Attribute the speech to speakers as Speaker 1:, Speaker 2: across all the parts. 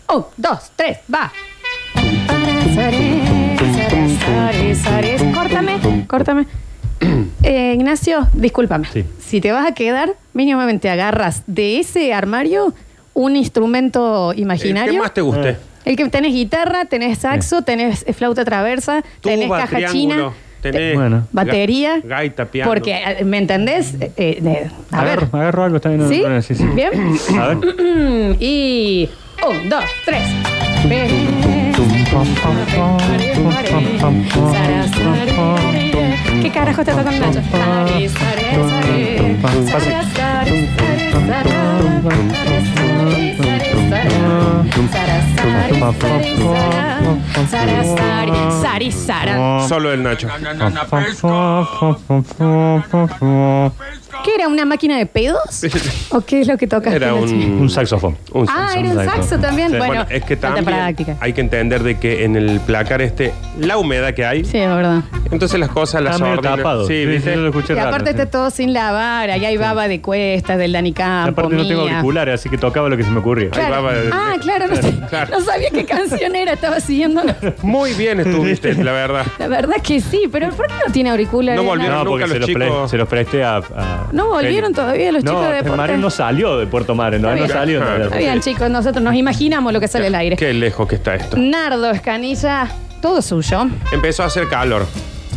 Speaker 1: Un, Oh, dos, tres, va. Sores, sores, sores, sores. Córtame, córtame. Eh, Ignacio, discúlpame.
Speaker 2: Sí.
Speaker 1: Si te vas a quedar, mínimamente agarras de ese armario un instrumento
Speaker 3: ¿Qué
Speaker 1: imaginario.
Speaker 3: más te guste?
Speaker 2: Eh.
Speaker 1: El que tenés guitarra, tenés saxo, tenés eh, flauta traversa,
Speaker 3: Tuba,
Speaker 1: tenés caja
Speaker 3: triángulo,
Speaker 1: china,
Speaker 3: tenés
Speaker 2: Bueno.
Speaker 3: ga-
Speaker 1: batería.
Speaker 3: gaita, piano.
Speaker 1: Porque, eh, ¿me entendés? Eh, eh, de- a
Speaker 2: agarro,
Speaker 1: ver.
Speaker 2: agarro algo, está bien. no-
Speaker 1: ¿Sí?
Speaker 2: bueno, sí, sí.
Speaker 1: Bien.
Speaker 2: A ver.
Speaker 1: Y. Un, dos, tres. Ven. ¿Qué carajo está tocando Nacho? Sare, sare, sare. Sare, sare, sare, sare, sare, sare, sare, sare, sare, sare, sare, sare.
Speaker 3: Solo el Nacho.
Speaker 1: ¿Qué era una máquina de pedos? ¿O qué es lo que toca?
Speaker 3: Era un,
Speaker 2: Un saxofón.
Speaker 3: un
Speaker 1: Ah,
Speaker 3: saxo.
Speaker 1: era un saxo también.
Speaker 3: Bueno,
Speaker 1: Bueno,
Speaker 3: es que
Speaker 1: falta
Speaker 3: también
Speaker 1: práctica.
Speaker 3: hay que entender de que en el placar este, la humedad que hay,
Speaker 1: Sí, es verdad.
Speaker 3: entonces las cosas las
Speaker 2: Está medio
Speaker 3: ordenan.
Speaker 2: tapado.
Speaker 3: Sí, ¿viste?
Speaker 2: yo lo escuché
Speaker 1: Y
Speaker 2: raro,
Speaker 1: aparte
Speaker 2: sí.
Speaker 1: está todo sin lavar, ahí hay baba de cuestas, del Dani
Speaker 2: Y
Speaker 1: Campo,
Speaker 2: aparte no tengo
Speaker 1: mía.
Speaker 2: auriculares, así que tocaba lo que se me ocurría.
Speaker 3: Ahí
Speaker 1: Claro.
Speaker 3: va, va,
Speaker 1: Ah,
Speaker 3: va.
Speaker 1: claro, no, sé-
Speaker 3: Claro.
Speaker 1: no sabía qué canción era, estaba siguiendo. La
Speaker 3: Muy bien estuviste, la verdad.
Speaker 1: verdad que sí, pero ¿por qué no tiene auriculares?
Speaker 3: No volvió.
Speaker 2: No,
Speaker 3: Nunca
Speaker 2: porque
Speaker 3: los
Speaker 2: se los,
Speaker 3: chicos-
Speaker 2: pre- se los presté a... a-
Speaker 1: No volvieron
Speaker 2: Feli.
Speaker 1: todavía los
Speaker 3: eh,
Speaker 1: chicos de
Speaker 2: No,
Speaker 1: deporte.
Speaker 2: Mare no salió de Puerto Mare, no,
Speaker 1: Está
Speaker 2: no
Speaker 1: bien.
Speaker 2: salió. no,
Speaker 1: Está bien, chicos, nosotros nos imaginamos lo que sale al aire. Mm.
Speaker 3: Qué lejos que está esto.
Speaker 1: Nardo Escanilla, todo suyo.
Speaker 3: Empezó a hacer calor.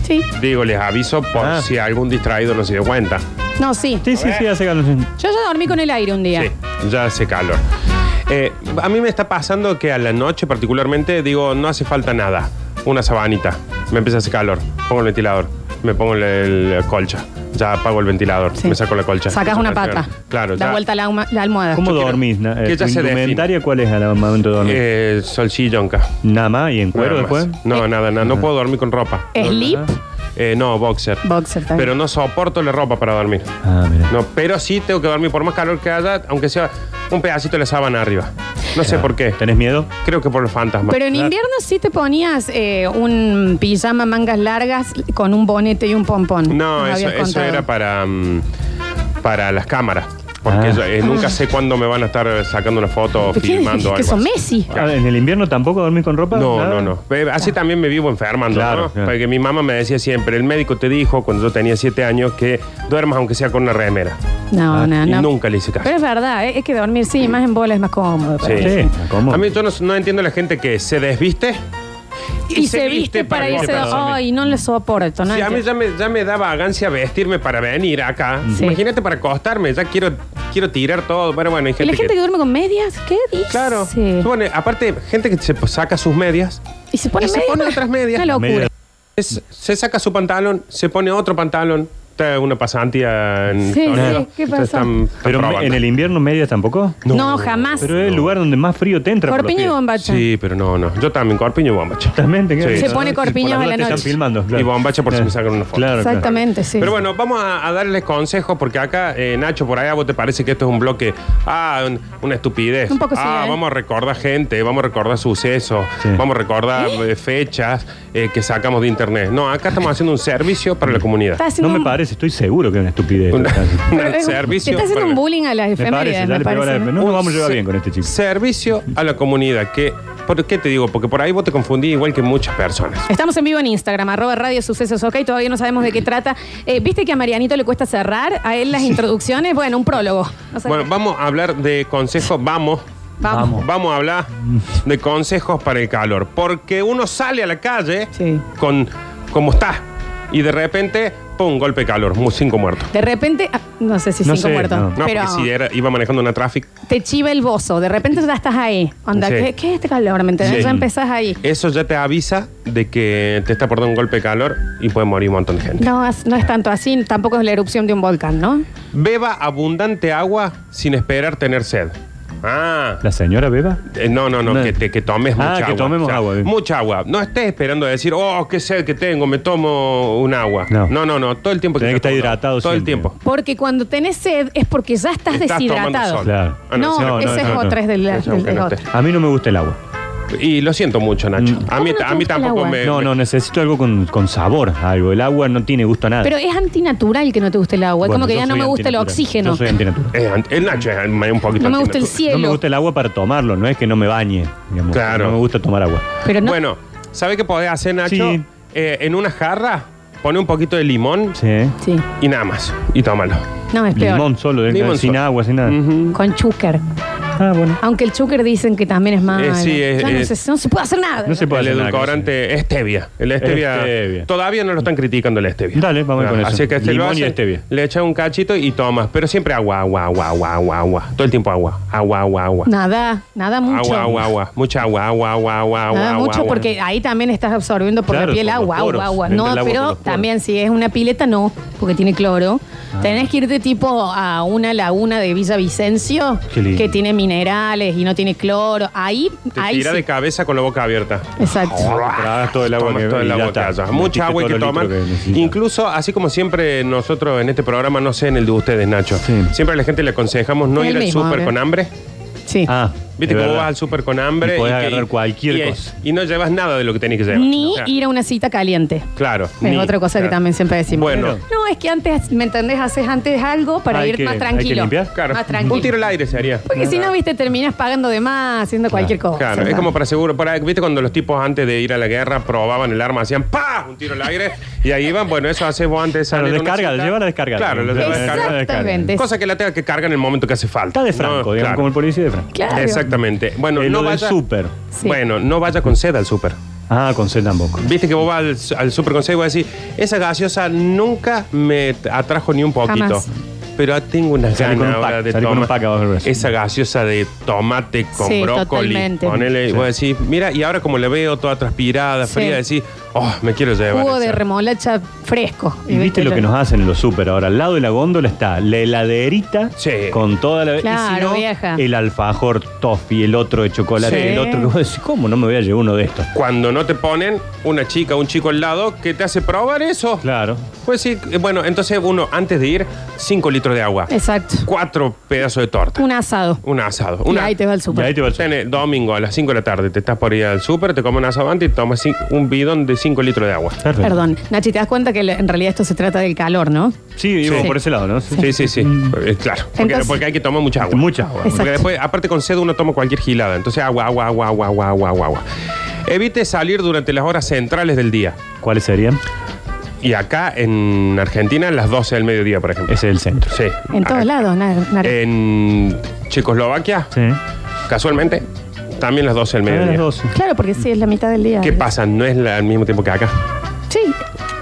Speaker 1: Sí.
Speaker 3: Digo, les aviso por
Speaker 2: Ah.
Speaker 3: si algún distraído no se dio cuenta.
Speaker 1: No, sí.
Speaker 2: Sí, sí, sí, hace calor.
Speaker 1: Yo ya dormí con el aire un día.
Speaker 3: Sí, ya hace calor. Eh, a mí me está pasando que a la noche particularmente digo, no hace falta nada. Una sabanita. Me empieza a hacer calor. Pongo el ventilador. Me pongo el, el colcha. Ya apago el ventilador.
Speaker 1: Sí.
Speaker 3: Me saco la colcha.
Speaker 1: Sacas una pata.
Speaker 3: Claro,
Speaker 1: Da
Speaker 3: ya. eh,
Speaker 1: vuelta la, alma- la almohada.
Speaker 2: ¿Cómo
Speaker 3: Yo quiero-
Speaker 2: dormís? na- eh,
Speaker 3: que ya
Speaker 2: ¿Tu
Speaker 3: se define.
Speaker 2: indumentaria cuál es al momento de dormir?
Speaker 3: Eh, solsillonca.
Speaker 2: ¿Nada más? ¿Y en cuero
Speaker 3: Nada más.
Speaker 2: después?
Speaker 1: Eh.
Speaker 3: No, nada, nada. No puedo dormir con ropa.
Speaker 1: Sleep,
Speaker 3: Eh, no, boxer.
Speaker 1: boxer también.
Speaker 3: Pero no soporto la ropa para dormir.
Speaker 2: Ah, mira.
Speaker 3: No, pero sí tengo que dormir por más calor que haya, aunque sea un pedacito de la sábana arriba. No sé por qué.
Speaker 2: ¿Tenés miedo?
Speaker 3: Creo que por el fantasma.
Speaker 1: Pero en invierno sí te ponías eh, un pijama, mangas largas, con un bonete y un pompón. Nos
Speaker 3: no, eso,
Speaker 1: habías
Speaker 3: eso
Speaker 1: contado.
Speaker 3: era para, mm, para las cámaras. Porque
Speaker 2: Ah.
Speaker 3: yo, eh, nunca sé cuándo me van a estar sacando una foto o
Speaker 1: ¿Pero qué?
Speaker 3: filmando o
Speaker 1: que
Speaker 3: algo.
Speaker 1: son
Speaker 3: así.
Speaker 1: Messi. pues.
Speaker 2: Ah, ¿En el invierno tampoco dormís con ropa?
Speaker 3: No,
Speaker 2: Nada.
Speaker 3: no, no. Eh, Así también me vivo enfermando,
Speaker 2: Claro,
Speaker 3: ¿no?
Speaker 2: claro.
Speaker 3: Porque mi mamá me decía siempre, el médico te dijo cuando yo tenía siete años que duermas aunque sea con una remera.
Speaker 1: No, no,
Speaker 3: y
Speaker 1: Ah, no.
Speaker 3: nunca le hice caso.
Speaker 1: Pero es verdad, eh, es que dormir, sí, más en bola es más cómodo. pero-
Speaker 3: Sí.
Speaker 2: Sí, ¿cómo?
Speaker 3: A mí yo no, no entiendo la gente que se desviste
Speaker 1: Y, se viste para irse.
Speaker 3: dormir.
Speaker 1: Ay, no le soporto. No
Speaker 3: Si a mí ya me, ya me da vagancia vestirme para venir acá.
Speaker 1: Sí.
Speaker 3: Imagínate para acostarme, ya quiero, quiero tirar todo. Bueno, bueno, hay
Speaker 1: ¿Y
Speaker 3: gente,
Speaker 1: la gente que... duerme con medias? ¿Qué dice?
Speaker 3: Claro. Bueno, aparte, gente que se saca sus medias,
Speaker 1: Y se pone
Speaker 3: Y se
Speaker 1: medias.
Speaker 3: pone otras medias.
Speaker 1: Una locura.
Speaker 2: Medio-
Speaker 3: es- se saca su pantalón, se pone otro pantalón, está una pasantía en
Speaker 1: Sí,
Speaker 3: Estados
Speaker 1: sí,
Speaker 3: Unidos.
Speaker 1: ¿qué
Speaker 3: Entonces
Speaker 1: pasó?
Speaker 3: están- están
Speaker 2: ¿Pero
Speaker 3: probando.
Speaker 2: en el invierno medias tampoco?
Speaker 1: No, jamás.
Speaker 2: Pero es el lugar donde más frío te entra. por los
Speaker 1: Corpiño y
Speaker 2: pies.
Speaker 1: bombacha.
Speaker 3: Sí, pero no, no. Yo también, corpiño y bombacha.
Speaker 2: Exactamente, claro.
Speaker 3: Sí.
Speaker 1: Se
Speaker 2: ¿no?
Speaker 1: pone
Speaker 2: Sí, por
Speaker 1: corpiño a
Speaker 2: las
Speaker 1: la
Speaker 2: dudas te
Speaker 1: noche.
Speaker 2: Están filmando, claro.
Speaker 3: Y bombacha por si
Speaker 2: Claro.
Speaker 3: me sacan una foto.
Speaker 2: Claro, claro.
Speaker 1: Exactamente, sí.
Speaker 3: Pero bueno, vamos a, a darles consejos porque acá, eh, Nacho, por ahí a vos te parece que esto es un bloque. Ah, un- una estupidez.
Speaker 1: Un poco sí,
Speaker 3: ah,
Speaker 1: ¿eh?
Speaker 3: vamos a recordar gente, vamos a recordar sucesos,
Speaker 2: Sí.
Speaker 3: vamos a recordar eh, fechas eh, que sacamos de internet. No, acá estamos haciendo un servicio para la comunidad.
Speaker 1: Está haciendo
Speaker 2: No me
Speaker 1: un-
Speaker 2: parece, estoy seguro que es una estupidez.
Speaker 3: Un, un
Speaker 1: pero es un- Te
Speaker 3: servicio.
Speaker 1: está haciendo
Speaker 3: para
Speaker 1: un
Speaker 3: la-
Speaker 1: bullying a las
Speaker 2: Me parece,
Speaker 1: efemérides,
Speaker 2: ya
Speaker 1: me
Speaker 2: le pegó la
Speaker 1: parece. ¿no?
Speaker 2: No nos vamos a llevar
Speaker 3: se-
Speaker 2: bien con este chico.
Speaker 3: Servicio a la comunidad. Que, ¿Por qué te digo? Porque por ahí vos te confundí igual que muchas personas.
Speaker 1: Estamos en vivo en Instagram, arroba radio sucesos, ok, todavía no sabemos de qué trata. Eh, ¿Viste que a Marianito le cuesta cerrar? A él las introducciones, bueno, un prólogo. No sé.
Speaker 3: Bueno, vamos a hablar de consejos. Vamos.
Speaker 1: vamos.
Speaker 3: Vamos a hablar de consejos para el calor. Porque uno sale a la calle
Speaker 1: Sí.
Speaker 3: con como está. Y de repente, pum, golpe de calor. mu- Cinco muertos.
Speaker 1: De repente, ah, no sé si
Speaker 2: No
Speaker 1: cinco
Speaker 2: sé,
Speaker 1: muertos,
Speaker 2: no.
Speaker 3: No,
Speaker 1: pero
Speaker 3: porque si era- iba manejando una tráfico.
Speaker 1: te chiva el bozo, de repente ya estás ahí. Onda,
Speaker 3: Sí.
Speaker 1: ¿qué, qué es este calor? ¿Me entendés?
Speaker 3: Sí.
Speaker 1: Ya empezás ahí.
Speaker 3: Eso ya te avisa de que te está por dar un golpe de calor y puede morir un montón de gente.
Speaker 1: No, es- no es tanto así, tampoco es la erupción de un volcán, ¿no?
Speaker 3: Beba abundante agua sin esperar tener sed. Ah.
Speaker 2: ¿La señora Beba?
Speaker 3: Eh, no, no, no,
Speaker 2: No.
Speaker 3: Que, te- que tomes
Speaker 2: Ah,
Speaker 3: mucha agua.
Speaker 2: que tomemos agua, bien.
Speaker 3: Mucha agua. No estés esperando a decir, oh, qué sed que tengo, me tomo un agua. No,
Speaker 2: No.
Speaker 3: no, no. Todo el tiempo
Speaker 2: Tenés
Speaker 3: estés
Speaker 2: que estar
Speaker 3: tomando.
Speaker 2: hidratado
Speaker 3: Todo el
Speaker 2: siempre.
Speaker 3: tiempo.
Speaker 1: Porque cuando tenés sed es porque ya estás,
Speaker 3: Estás tomando
Speaker 1: deshidratado.
Speaker 3: sol.
Speaker 2: Claro.
Speaker 3: Ah,
Speaker 1: No,
Speaker 3: ese
Speaker 1: esa
Speaker 3: era
Speaker 1: es
Speaker 3: con-
Speaker 1: otra, es del-
Speaker 3: ese era
Speaker 1: del-
Speaker 3: con
Speaker 1: del
Speaker 3: este.
Speaker 1: otro.
Speaker 2: A mí no me gusta el agua.
Speaker 3: Y lo siento mucho, Nacho. A
Speaker 1: ¿Cómo
Speaker 3: mí,
Speaker 1: no te
Speaker 3: a mí
Speaker 1: gusta el
Speaker 3: tampoco
Speaker 1: agua?
Speaker 3: Eh, me.
Speaker 2: No,
Speaker 3: me-
Speaker 2: no, necesito algo con, con sabor, algo. El agua no tiene gusto a nada.
Speaker 1: Pero es antinatural que no te guste el agua. Es
Speaker 2: Bueno,
Speaker 1: como que
Speaker 2: yo
Speaker 1: ya no
Speaker 2: soy
Speaker 1: me gusta el
Speaker 2: antinatural.
Speaker 1: oxígeno.
Speaker 2: Yo soy antinatural.
Speaker 3: Eh, ant- el Nacho es un poquito.
Speaker 1: No me gusta el
Speaker 3: antinatural.
Speaker 1: cielo.
Speaker 2: No me gusta el agua para tomarlo, no es que no me bañe. digamos.
Speaker 3: Claro.
Speaker 2: No me gusta tomar agua.
Speaker 1: Pero no.
Speaker 3: Bueno, ¿sabe qué podés hacer, Nacho?
Speaker 2: Sí.
Speaker 3: Eh, en una jarra, pone un poquito de limón
Speaker 2: Sí. ¿eh?
Speaker 1: Sí.
Speaker 3: y nada más. Y tómalo.
Speaker 1: No, es peor.
Speaker 2: Limón solo, de-
Speaker 3: Limón
Speaker 2: sin
Speaker 3: solo. Mm.
Speaker 2: agua, sin nada.
Speaker 1: Con chúcar.
Speaker 2: Ah, bueno.
Speaker 1: Aunque el chúcar dicen que también es malo.
Speaker 3: Eh, sí, es-
Speaker 1: Ya no,
Speaker 3: es-
Speaker 1: se, no se puede hacer nada.
Speaker 2: No se puede
Speaker 3: El
Speaker 2: hacer nada con
Speaker 3: edulcorante stevia. El stevia,
Speaker 2: Stevia.
Speaker 3: Todavía no lo están criticando el stevia.
Speaker 2: Dale, vamos con eso.
Speaker 3: Así que este lo
Speaker 2: Limón y
Speaker 3: hace,
Speaker 2: stevia.
Speaker 3: le echa un cachito y tomas. Pero siempre agua, agua, agua, agua, agua, agua. Todo el tiempo agua, agua, agua, agua.
Speaker 1: Nada, nada mucho.
Speaker 3: Agua, agua, agua. Mucha agua, agua, agua, agua, agua.
Speaker 1: Nada
Speaker 3: agua,
Speaker 1: mucho
Speaker 3: agua.
Speaker 1: porque ahí también estás absorbiendo por la
Speaker 2: Claro,
Speaker 1: piel
Speaker 2: por los
Speaker 1: agua,
Speaker 2: poros,
Speaker 1: agua, agua.
Speaker 2: entra
Speaker 1: No,
Speaker 2: el agua por
Speaker 1: pero
Speaker 2: los poros.
Speaker 1: también si es una pileta no, porque tiene cloro.
Speaker 3: Ah.
Speaker 1: Tenés que ir de tipo a una laguna de Villa Vicencio
Speaker 2: Qué lindo.
Speaker 1: que tiene minerales y no tiene cloro. Ahí,
Speaker 3: Te
Speaker 1: ahí
Speaker 3: tira
Speaker 1: sí.
Speaker 3: de cabeza con la boca abierta.
Speaker 1: Exacto.
Speaker 2: Tragas todo el agua
Speaker 3: Tomas
Speaker 2: que-
Speaker 3: todo el
Speaker 2: y ya
Speaker 3: agua
Speaker 2: está.
Speaker 3: que hayas. Mucha
Speaker 2: Metiste
Speaker 3: agua hay que
Speaker 2: todos los
Speaker 3: tomar.
Speaker 2: litros que necesitas.
Speaker 3: Incluso, así como siempre nosotros en este programa, no sé en el de ustedes, Nacho,
Speaker 2: Sí.
Speaker 3: siempre a la gente le aconsejamos no
Speaker 1: El
Speaker 3: ir al
Speaker 1: mismo, ¿eh? a
Speaker 3: súper
Speaker 1: ver.
Speaker 3: con hambre.
Speaker 1: Sí.
Speaker 2: Ah,
Speaker 3: Viste
Speaker 2: es
Speaker 3: que vos
Speaker 2: verdad.
Speaker 3: vas al súper con hambre.
Speaker 2: Y podés
Speaker 3: que-
Speaker 2: agarrar cualquier
Speaker 3: y-
Speaker 2: cosa.
Speaker 3: Y no llevas nada de lo que tenés que llevar.
Speaker 1: Ni
Speaker 3: O sea,
Speaker 1: ir a una cita caliente.
Speaker 3: Claro.
Speaker 1: Es
Speaker 3: ni-
Speaker 1: otra cosa que
Speaker 3: claro.
Speaker 1: también siempre decimos.
Speaker 3: Bueno.
Speaker 1: No, es que antes, ¿me entendés? Haces antes algo para
Speaker 2: Hay
Speaker 1: ir
Speaker 2: que-
Speaker 1: más
Speaker 2: hay que
Speaker 1: tranquilo.
Speaker 2: limpiar.
Speaker 3: Claro.
Speaker 1: Más tranquilo.
Speaker 3: Un tiro al aire sería.
Speaker 1: Porque si no, viste, terminas pagando de más, haciendo cualquier cosa.
Speaker 3: Claro, es como para seguro. Por ahí, ¿Viste cuando los tipos antes de ir a la guerra probaban el arma, hacían ¡pah! un tiro al aire y ahí iban? Bueno, eso haces vos antes de
Speaker 2: Claro,
Speaker 3: salir a una
Speaker 2: descarga,
Speaker 3: cita.
Speaker 2: lleva la descarga.
Speaker 3: Claro, lo lleva a descargar.
Speaker 1: descarga. Exactamente.
Speaker 3: Cosa que la tenga que cargar en el momento que hace falta.
Speaker 2: Está de Franco,
Speaker 3: No,
Speaker 2: digamos,
Speaker 3: claro.
Speaker 2: como el policía de Franco.
Speaker 1: Claro.
Speaker 3: Exactamente. Bueno,
Speaker 2: Eh,
Speaker 3: no
Speaker 2: lo del
Speaker 3: vaya.
Speaker 2: súper.
Speaker 1: Sí.
Speaker 3: Bueno, no vaya con sed al súper.
Speaker 2: Ah, con C tampoco.
Speaker 3: Viste que vos vas al, al súper con sed y vas a decir, esa gaseosa nunca me t- atrajo ni un poquito.
Speaker 1: Jamás.
Speaker 3: Pero tengo unas
Speaker 2: Salí
Speaker 3: ganas
Speaker 2: con un
Speaker 3: ahora
Speaker 2: pack,
Speaker 3: de
Speaker 2: salí con un pack abajo del
Speaker 3: tomar
Speaker 2: brazo.
Speaker 3: esa gaseosa de tomate con
Speaker 1: Sí,
Speaker 3: brócoli.
Speaker 1: totalmente.
Speaker 3: Ponele, y vos decís, mira, y ahora como le veo toda transpirada,
Speaker 1: Sí.
Speaker 3: fría, decís, oh, me quiero llevar.
Speaker 1: Jugo
Speaker 3: esa".
Speaker 1: de remolacha fresco.
Speaker 2: Y viste lo que nos hacen en los súper ahora. Al lado de la góndola está la heladerita
Speaker 3: Sí.
Speaker 2: con toda la. y si
Speaker 1: Claro,
Speaker 2: no,
Speaker 1: vieja.
Speaker 2: El alfajor toffee, el otro de chocolate,
Speaker 1: Sí.
Speaker 2: el otro que vos decís, ¿cómo no me voy a llevar uno de estos?
Speaker 3: Cuando no te ponen una chica, un chico al lado que te hace probar eso.
Speaker 2: Claro.
Speaker 3: Pues sí, eh, bueno, entonces uno, antes de ir, 5 litros de agua,
Speaker 1: Exacto.
Speaker 3: 4 pedazos de torta,
Speaker 1: Un asado.
Speaker 3: un asado.
Speaker 1: Y
Speaker 3: Una,
Speaker 1: ahí te va el
Speaker 2: Y ahí
Speaker 1: súper.
Speaker 2: te va el súper.
Speaker 3: Tenés domingo a las 5 de la tarde, te estás por ir al súper, te comes un asado antes y tomas cin- un bidón de 5 litros de agua.
Speaker 2: Perfecto.
Speaker 1: Perdón. Nachi, te das cuenta que le- en realidad esto se trata del calor, ¿no?
Speaker 2: Sí, iba
Speaker 1: Sí.
Speaker 2: por ese lado, ¿no?
Speaker 3: Sí, sí, sí. Eh, claro. Porque,
Speaker 1: Entonces-
Speaker 3: porque hay que tomar mucha agua.
Speaker 2: Mucha agua.
Speaker 1: Exacto.
Speaker 3: Porque después, aparte con sed uno toma cualquier gilada. Entonces agua, agua, agua, agua, agua, agua, agua, agua. Evite salir durante las horas centrales del día.
Speaker 2: ¿Cuáles serían?
Speaker 3: Y acá en Argentina, las 12 del mediodía, por ejemplo.
Speaker 2: Ese es el centro.
Speaker 3: Sí.
Speaker 1: En todos
Speaker 3: Ah,
Speaker 1: lados, na- na-
Speaker 3: En Checoslovaquia,
Speaker 2: Sí.
Speaker 3: casualmente, también las 12 del
Speaker 2: Eran
Speaker 3: mediodía.
Speaker 2: las 12.
Speaker 1: Claro, porque sí, es la mitad del día.
Speaker 3: ¿Qué pasa? No es la- al mismo tiempo que acá.
Speaker 1: Sí.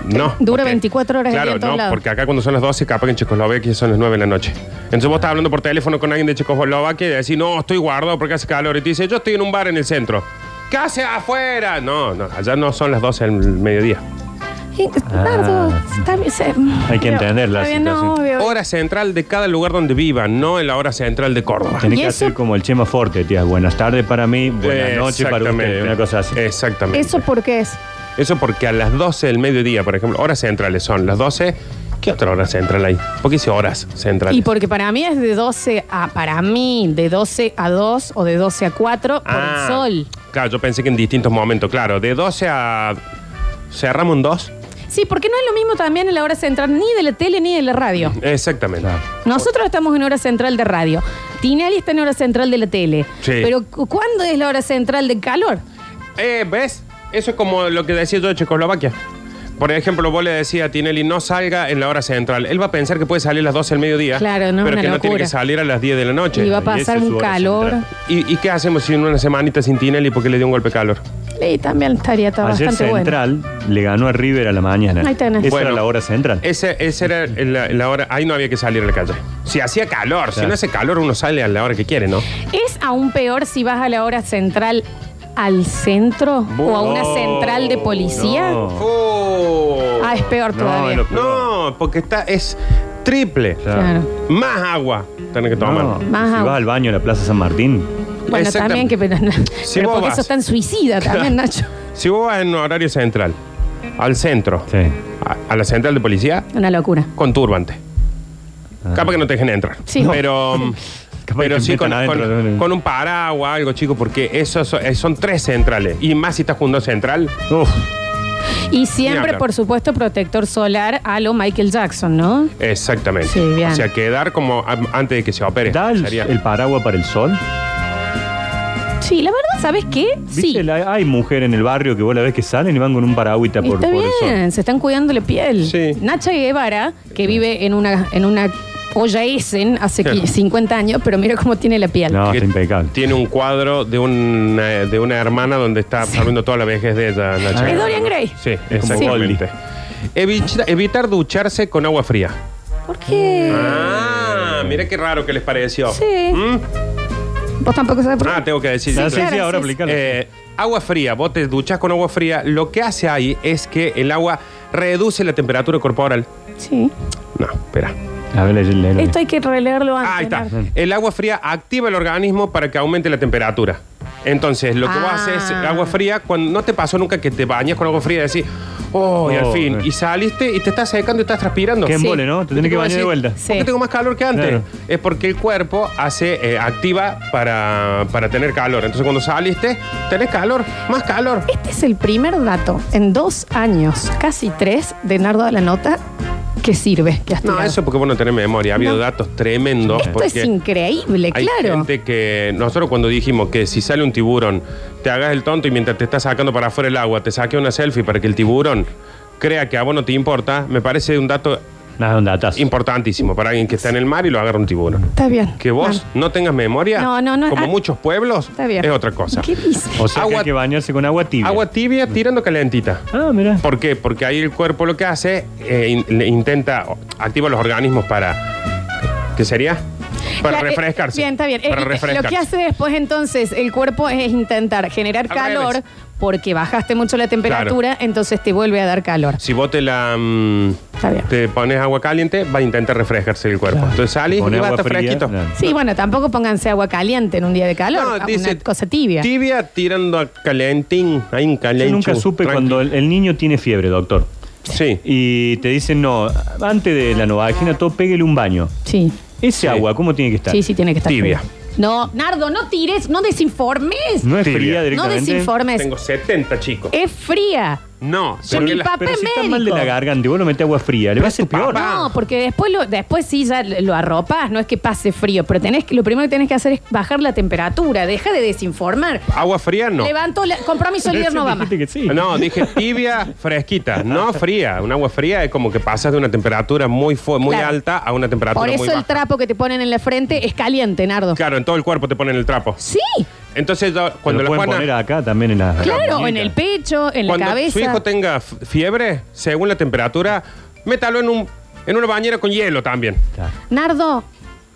Speaker 3: No.
Speaker 1: Dura
Speaker 3: porque-
Speaker 1: 24 horas el
Speaker 3: Claro,
Speaker 1: día en todos
Speaker 3: no,
Speaker 1: lados.
Speaker 3: porque acá cuando son las 12, capaz que en Checoslovaquia son las 9 de la noche. Entonces vos estás hablando por teléfono con alguien de Checoslovaquia y decís, no, estoy guardado porque hace calor. Y te dice, yo estoy en un bar en el centro. ¿Qué hace afuera? No, no, allá no son las 12 del mediodía.
Speaker 1: Y- Nardo, está bien, se-
Speaker 2: Ah. Hay que entender la
Speaker 1: Está bien, no,
Speaker 2: situación.
Speaker 1: obvio.
Speaker 3: Hora central de cada lugar donde viva, no en la hora central de Córdoba.
Speaker 2: Tenés
Speaker 1: ¿Y
Speaker 2: que
Speaker 1: eso?
Speaker 2: hacer como el Chema Forte, tía. Buenas tardes para mí, buenas noches para
Speaker 3: Exactamente.
Speaker 2: usted. Una cosa así.
Speaker 3: Exactamente.
Speaker 1: ¿Eso por qué es?
Speaker 3: Eso porque a las 12 del mediodía, por ejemplo, horas centrales son las 12. ¿Qué otra hora central hay? ¿Por qué dice horas centrales?
Speaker 1: Y porque para mí es de 12 a, para mí, de 12 a 2 o de 12 a 4 por
Speaker 3: Ah,
Speaker 1: el sol.
Speaker 3: Claro, yo pensé que en distintos momentos, claro. De 12 a. Cerramos en 2.
Speaker 1: Sí, porque no es lo mismo también en la hora central ni de la tele ni de la radio.
Speaker 3: Exactamente.
Speaker 2: Claro.
Speaker 1: Nosotros estamos en hora central de radio. Tinelli está en hora central de la tele.
Speaker 3: Sí.
Speaker 1: Pero cu- ¿cuándo es la hora central de calor?
Speaker 3: Eh, ¿Ves? Eso es como lo que decía yo de Checoslovaquia. Por ejemplo, vos le decía a Tinelli, no salga en la hora central. Él va a pensar que puede salir a las 12 del mediodía.
Speaker 1: Claro, no,
Speaker 3: Pero
Speaker 1: una
Speaker 3: que no tiene
Speaker 1: locura.
Speaker 3: que salir a las 10 de la noche.
Speaker 1: y va a
Speaker 2: y
Speaker 1: pasar
Speaker 2: ese es
Speaker 1: un
Speaker 2: su hora
Speaker 1: calor.
Speaker 2: central.
Speaker 3: ¿Y, y qué hacemos si en una semanita sin Tinelli porque le dio un golpe de calor?
Speaker 1: Y también estaría todo
Speaker 2: Ayer
Speaker 1: bastante bueno.
Speaker 2: Central le ganó a River a la mañana.
Speaker 1: Ahí tenés.
Speaker 2: Esa
Speaker 3: Bueno.
Speaker 2: era la hora central.
Speaker 3: Ese, ese era la, la hora. Ahí no había que salir a la calle. Si hacía calor, si
Speaker 2: Claro.
Speaker 3: no hace calor, uno sale a la hora que quiere, ¿no?
Speaker 1: Es aún peor si vas a la hora central al centro o a una
Speaker 2: No,
Speaker 1: central de policía.
Speaker 2: no.
Speaker 1: Ah, es peor
Speaker 2: No,
Speaker 1: todavía.
Speaker 2: lo-
Speaker 3: No, porque está, es triple.
Speaker 2: Claro.
Speaker 1: Claro.
Speaker 3: Más agua tenés que tomar.
Speaker 2: No,
Speaker 1: Más
Speaker 2: si
Speaker 1: agua.
Speaker 2: vas al baño de la Plaza San Martín.
Speaker 1: Bueno, también que. Pero, pero
Speaker 3: vos
Speaker 1: porque
Speaker 3: vas.
Speaker 1: eso es tan suicida también, Nacho.
Speaker 3: Si vos vas en horario central, al centro,
Speaker 2: Sí.
Speaker 3: a, a la central de policía,
Speaker 1: Una locura.
Speaker 3: con turbante.
Speaker 2: Ah.
Speaker 3: Capaz que no te dejen entrar.
Speaker 1: Sí.
Speaker 3: Pero,
Speaker 2: Capaz que
Speaker 3: Pero
Speaker 2: te
Speaker 3: sí con,
Speaker 2: invitan adentro.
Speaker 3: con- con un paraguas, algo chico, porque esos son, eh, son tres centrales. Y más si estás junto central.
Speaker 2: Uf,
Speaker 1: Y
Speaker 3: Ni
Speaker 1: siempre,
Speaker 3: hablar.
Speaker 1: por supuesto, protector solar a lo Michael Jackson, ¿no?
Speaker 3: Exactamente.
Speaker 1: Sí, bien.
Speaker 3: O sea, quedar como am- antes de que se opere.
Speaker 2: ¿da el,
Speaker 3: Sería-
Speaker 2: el paraguas para el sol?
Speaker 1: Sí, la verdad, ¿sabes qué? Sí.
Speaker 2: ¿Viste? La- hay mujeres en el barrio que vos la ves que salen y van con un paraguita por,
Speaker 1: Está
Speaker 2: por el sol.
Speaker 1: bien, se están cuidando la piel.
Speaker 3: Sí.
Speaker 1: Nacha Guevara, que vive en una, en una olla Essen hace
Speaker 3: Claro.
Speaker 1: 15, 50 años, pero mira cómo tiene la piel.
Speaker 2: No,
Speaker 3: que
Speaker 2: está impecable.
Speaker 3: Tiene un cuadro de una, de una hermana donde está hablando toda la vejez de ella. Nacha.
Speaker 1: Es Dorian Gray.
Speaker 3: Sí,
Speaker 2: Es como
Speaker 3: exactamente. Evita- evitar ducharse con agua fría.
Speaker 1: ¿Por qué?
Speaker 3: Ah, mira qué raro que les pareció.
Speaker 1: Sí.
Speaker 3: ¿Mm?
Speaker 1: Vos tampoco sabés por qué.
Speaker 3: Ah, tengo que decir.
Speaker 2: Sí,
Speaker 1: claro,
Speaker 2: sí, sí, ahora
Speaker 1: sí, sí.
Speaker 2: aplicarlo.
Speaker 3: Eh, agua fría, vos te duchas con agua fría, lo que hace ahí es que el agua reduce la temperatura corporal.
Speaker 1: Sí.
Speaker 3: No, espera.
Speaker 2: A ver, léelo, léelo.
Speaker 1: Esto hay que releerlo antes.
Speaker 3: Ahí está.
Speaker 1: Nardo.
Speaker 3: El agua fría activa el organismo para que aumente la temperatura. Entonces, lo que vos
Speaker 1: Ah.
Speaker 3: haces es agua fría, cuando no te pasó nunca que te bañas con agua fría y decís, oh, y al
Speaker 2: Oh,
Speaker 3: fin,
Speaker 2: eh.
Speaker 3: y saliste y te estás secando y estás transpirando.
Speaker 2: Qué
Speaker 1: Sí.
Speaker 2: embole, ¿no? Te tenés que
Speaker 3: Como
Speaker 2: bañar de
Speaker 3: decir,
Speaker 2: vuelta.
Speaker 1: Sí.
Speaker 3: ¿Por qué tengo más calor que antes?
Speaker 2: Claro.
Speaker 3: Es porque el cuerpo hace, eh, activa para, para tener calor. Entonces cuando saliste, tenés calor, más calor.
Speaker 1: Este es el primer dato en dos años, casi tres, de Nardo de la Nota que sirve. Que has
Speaker 3: No,
Speaker 1: tirado.
Speaker 3: eso porque vos no tenés memoria. Ha habido
Speaker 1: No.
Speaker 3: datos tremendos.
Speaker 1: Esto
Speaker 3: porque
Speaker 1: es increíble,
Speaker 3: hay
Speaker 1: Eh, claro.
Speaker 3: gente que. Nosotros cuando dijimos que si sale un tiburón, te hagas el tonto y mientras te estás sacando para afuera el agua, te saque una selfie para que el tiburón crea que a vos no te importa, me parece un dato
Speaker 2: Nada, un datazo.
Speaker 3: importantísimo para alguien que está en el mar y lo agarra un tiburón.
Speaker 1: Está bien.
Speaker 3: Que vos
Speaker 1: Nardo.
Speaker 3: no, tengas memoria,
Speaker 1: Ah. No, no, no,
Speaker 3: como
Speaker 1: ah,
Speaker 3: muchos pueblos,
Speaker 1: Está bien.
Speaker 3: es otra cosa.
Speaker 1: ¿Qué dices?
Speaker 2: O sea, que
Speaker 3: Agua-
Speaker 2: hay que bañarse con agua tibia.
Speaker 3: Agua tibia tirando calentita.
Speaker 2: Ah, mira.
Speaker 3: ¿Por qué? Porque ahí el cuerpo lo que hace, eh, in- le intenta, o- activa los organismos para. ¿Qué sería? Para
Speaker 1: Claro, eh,
Speaker 3: refrescarse.
Speaker 1: Bien, está bien. Eh,
Speaker 3: Para
Speaker 1: eh,
Speaker 3: refrescarse.
Speaker 1: Lo que hace después entonces el cuerpo es intentar generar
Speaker 3: Al
Speaker 1: calor
Speaker 3: revés.
Speaker 1: porque bajaste mucho la temperatura, entonces te vuelve a dar calor.
Speaker 3: Si vos te la. mm,
Speaker 1: Está bien.
Speaker 3: Te pones agua caliente, va a intentar refrescarse el cuerpo.
Speaker 2: Claro.
Speaker 3: Entonces salís y
Speaker 2: Pone
Speaker 3: va a
Speaker 2: agua
Speaker 3: estar
Speaker 2: fría,
Speaker 3: fresquito.
Speaker 2: claro.
Speaker 1: Sí, bueno, tampoco pónganse agua caliente en un día de calor,
Speaker 3: No,
Speaker 1: una cosa tibia.
Speaker 3: Tibia tirando a calentín. Hay un
Speaker 2: Yo
Speaker 3: calentín.
Speaker 2: nunca supe cuando el, el niño tiene fiebre, doctor.
Speaker 3: Sí.
Speaker 2: Y te dicen, no, antes de la novagina, todo pégale un baño.
Speaker 1: Sí,
Speaker 2: Ese
Speaker 3: Sí.
Speaker 2: agua, ¿cómo tiene que estar?
Speaker 1: sí, sí, tiene que estar
Speaker 3: Tibia.
Speaker 1: fría. No, Nardo, no tires, no desinformes.
Speaker 2: No es
Speaker 3: Tibia.
Speaker 2: fría
Speaker 1: No
Speaker 2: directamente.
Speaker 1: desinformes.
Speaker 3: Tengo 70, chicos.
Speaker 1: Es fría.
Speaker 3: No,
Speaker 1: Con
Speaker 3: porque
Speaker 1: Eh, mi
Speaker 3: la-
Speaker 1: papá
Speaker 2: Pero si está mal de
Speaker 1: médico.
Speaker 2: la garganta y vos lo metés agua fría, le va a hacer peor.
Speaker 3: papá.
Speaker 1: No, porque después lo, después sí ya lo arropas, no es que pase frío, pero tenés que- lo primero que tenés que hacer es bajar la temperatura, deja de desinformar.
Speaker 3: agua fría no.
Speaker 1: Levanto la- compromiso líder no va más.
Speaker 2: Dijiste que sí.
Speaker 3: No, dije tibia, fresquita, no fría. Un agua fría es como que pasas de una temperatura muy, fu- muy
Speaker 1: Claro.
Speaker 3: alta a una temperatura
Speaker 1: Por
Speaker 3: muy
Speaker 1: eso
Speaker 3: baja.
Speaker 1: el trapo que te ponen en la frente es caliente, Nardo.
Speaker 3: Claro, en todo el cuerpo te ponen el trapo.
Speaker 1: Sí,
Speaker 3: Entonces, yo-
Speaker 2: Cuando lo
Speaker 3: cuando la
Speaker 2: pueden
Speaker 3: Juana-
Speaker 2: poner acá también en la.
Speaker 1: claro, en el pecho, en
Speaker 3: cuando
Speaker 1: la cabeza.
Speaker 3: su hijo tenga f- fiebre, según la temperatura, métalo en, un, en una bañera con hielo también.
Speaker 2: Claro.
Speaker 1: Nardo,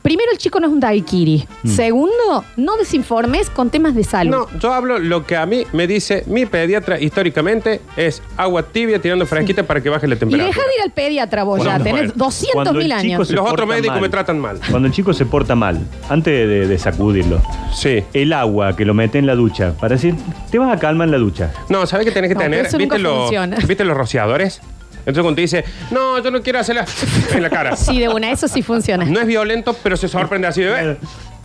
Speaker 1: primero el chico no es un daiquiri. Segundo, no desinformes con temas de salud.
Speaker 3: Mm. No, yo hablo lo que a mí me dice mi pediatra históricamente es agua tibia tirando fresquita para que baje la
Speaker 1: y
Speaker 3: temperatura.
Speaker 1: deja de ir al pediatra vos ya,
Speaker 3: Cuando-
Speaker 1: tenés
Speaker 3: cuando-
Speaker 1: 200 mil
Speaker 2: cuando el chico
Speaker 1: años.
Speaker 2: se
Speaker 3: Los
Speaker 2: porta
Speaker 3: otros médicos
Speaker 2: mal.
Speaker 3: me tratan mal.
Speaker 2: Cuando el chico se porta mal, antes de, de- de sacudirlo,
Speaker 3: Sí.
Speaker 2: el agua que lo mete en la ducha, para decir, te vas a calmar en la ducha.
Speaker 3: No, ¿sabes qué tenés que
Speaker 1: No,
Speaker 3: tener?
Speaker 1: pero eso nunca
Speaker 3: los,
Speaker 1: funciona.
Speaker 3: ¿Viste los rociadores? Entonces cuando te dice, no, yo no quiero hacerla en la cara.
Speaker 1: Sí, de una, eso sí funciona.
Speaker 3: No es violento, pero se sorprende así de "Eh".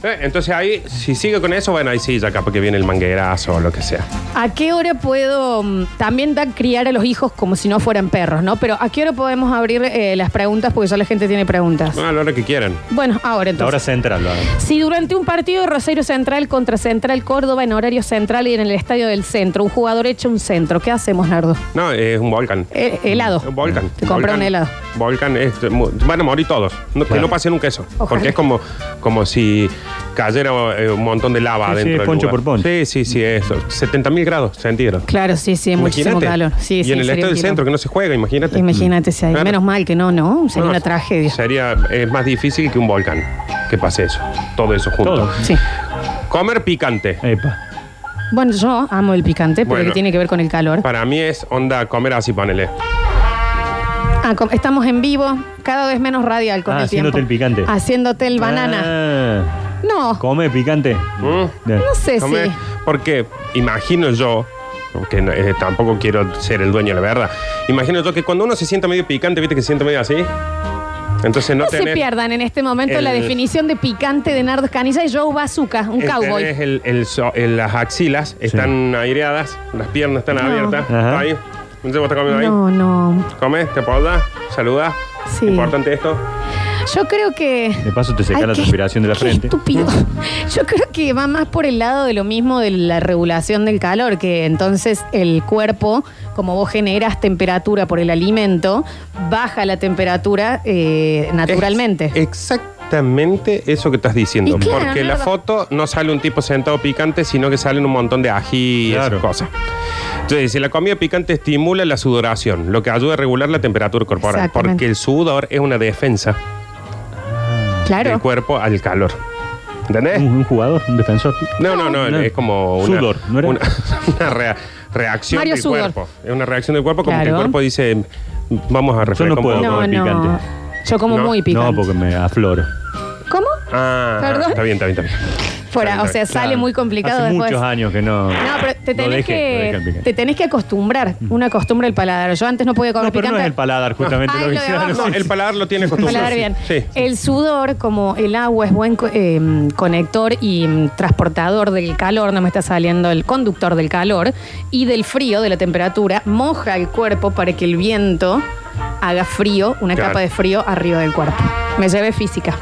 Speaker 3: Eh, Entonces ahí, si sigue con eso, bueno, ahí sí, ya capaz que viene el manguerazo o lo que sea.
Speaker 1: ¿A qué hora puedo mm, también da, criar a los hijos como si no fueran perros, no? Pero ¿a qué hora podemos abrir eh, las preguntas? Porque ya la gente tiene preguntas.
Speaker 3: Bueno, a la hora que quieran.
Speaker 1: Bueno, ahora
Speaker 2: La
Speaker 1: entonces.
Speaker 2: hora central, lo hago.
Speaker 1: Si durante un partido de Rosario Central contra Central Córdoba en horario central y en el estadio del centro, un jugador echa un centro, ¿qué hacemos, Nardo?
Speaker 3: No, es un volcán.
Speaker 1: Eh, helado.
Speaker 3: Un volcán.
Speaker 1: Te compré
Speaker 3: Volcán-
Speaker 1: un helado.
Speaker 3: Volcán es, mu- van a morir todos. No- Que
Speaker 2: Claro.
Speaker 3: no pase nunca eso.
Speaker 1: Ojalá.
Speaker 3: Porque es como, como si cayera eh, un montón de lava
Speaker 2: Sí, sí,
Speaker 3: dentro del
Speaker 2: poncho
Speaker 3: lugar.
Speaker 2: por poncho.
Speaker 3: Sí, sí, sí, eso. 70.000 grados centígrados.
Speaker 1: Claro, sí, sí, muchísimo
Speaker 3: Imagínate.
Speaker 1: calor. Sí,
Speaker 3: y
Speaker 1: sí,
Speaker 3: en el
Speaker 1: sería
Speaker 3: estado
Speaker 1: un
Speaker 3: del
Speaker 1: quilombo.
Speaker 3: centro que no se juega, imagínate.
Speaker 1: Imagínate si hay.
Speaker 3: Claro.
Speaker 1: Menos mal que no, ¿no? Sería
Speaker 3: No,
Speaker 1: una tragedia.
Speaker 3: Sería es más difícil que un volcán que pase eso. Todo eso junto.
Speaker 2: Todo.
Speaker 1: Sí.
Speaker 3: Comer picante.
Speaker 2: Epa.
Speaker 1: Bueno, yo amo el picante, pero
Speaker 3: Bueno.
Speaker 1: que tiene que ver con el calor.
Speaker 3: Para mí es onda comer así, ponele.
Speaker 1: Ah, com- estamos en vivo, cada vez menos radial con
Speaker 2: Ah,
Speaker 1: el tiempo.
Speaker 2: haciéndote el picante.
Speaker 1: Haciéndote el banana.
Speaker 2: Ah,
Speaker 1: No,
Speaker 2: ¿Come picante?
Speaker 3: Mm.
Speaker 2: Bien.
Speaker 1: no sé si.
Speaker 3: Comer- Porque imagino yo, porque no- eh, tampoco quiero ser el dueño de la verdad, imagino yo que cuando uno se sienta medio picante, viste que se siente medio así, Entonces no,
Speaker 1: No se
Speaker 3: tenés-
Speaker 1: pierdan en este momento la
Speaker 3: el-
Speaker 1: definición de picante de Nardo Escanilla y Joe Bazooka, un
Speaker 3: eh,
Speaker 1: cowboy.
Speaker 3: tenés el- el so- el- las axilas están aireadas, las piernas están
Speaker 1: No.
Speaker 3: abiertas.
Speaker 2: Ajá.
Speaker 3: Ahí. Entonces vos estás comiendo ahí.
Speaker 1: No, no.
Speaker 3: Come, te apodas, saluda.
Speaker 1: Sí.
Speaker 3: Importante esto.
Speaker 1: Yo creo que.
Speaker 2: De paso te seca
Speaker 1: Ay,
Speaker 2: la
Speaker 1: qué-
Speaker 2: transpiración de la
Speaker 1: qué
Speaker 2: frente.
Speaker 1: Estúpido. Yo creo que va más por el lado de lo mismo de la regulación del calor, que entonces el cuerpo, como vos generas temperatura por el alimento, baja la temperatura eh, naturalmente.
Speaker 3: Es exactamente eso que estás diciendo.
Speaker 1: Y claro,
Speaker 3: porque la
Speaker 1: Nardo.
Speaker 3: foto no sale un tipo sentado picante, sino que salen un montón de ají y esas
Speaker 2: Claro.
Speaker 3: cosas. Entonces, si la comida picante estimula la sudoración, lo que ayuda a regular la temperatura corporal.
Speaker 1: Exactamente.
Speaker 3: Porque el sudor es una defensa del
Speaker 1: claro.
Speaker 3: cuerpo al calor. ¿Entendés?
Speaker 2: Un, un jugador, un defensor.
Speaker 3: No, no, no,
Speaker 2: Mm. No.
Speaker 3: es como una,
Speaker 2: Sudor, ¿no era?
Speaker 3: una, una rea- reacción
Speaker 1: Mario
Speaker 3: del
Speaker 1: Sudor.
Speaker 3: cuerpo. Es una reacción del cuerpo como que el
Speaker 1: Claro.
Speaker 3: cuerpo dice, vamos a refrescar. un
Speaker 2: puedo
Speaker 3: poco".
Speaker 1: No,
Speaker 2: Come
Speaker 1: no.
Speaker 2: picante.
Speaker 1: Yo como
Speaker 3: No,
Speaker 1: muy picante.
Speaker 2: No, porque me afloro.
Speaker 1: ¿Cómo?
Speaker 3: Ah,
Speaker 1: Perdón.
Speaker 3: está bien, está bien, está bien.
Speaker 1: Fuera, o sea, sale
Speaker 2: Claro.
Speaker 1: muy complicado
Speaker 2: Hace
Speaker 1: después.
Speaker 2: muchos años que no.
Speaker 1: No, pero te
Speaker 2: no
Speaker 1: tenés,
Speaker 2: deje- no deje el
Speaker 1: que,
Speaker 2: picante. Mm.
Speaker 1: te tenés que acostumbrar. Una costumbre al paladar. Yo antes no podía comer
Speaker 2: No, pero no
Speaker 1: picante.
Speaker 2: es el paladar, justamente
Speaker 1: Ay,
Speaker 2: lo que
Speaker 1: lo de
Speaker 2: hicieron.
Speaker 1: abajo.
Speaker 3: No, el paladar lo tiene acostumbrado.
Speaker 1: Paladar bien.
Speaker 3: Sí.
Speaker 1: El sudor, como el agua es buen co- eh, conector y mm, transportador del calor, no me está saliendo el conductor del calor y del frío, de la temperatura, moja el cuerpo para que el viento haga frío, una
Speaker 3: Claro.
Speaker 1: capa de frío arriba del cuerpo. Me llevé física.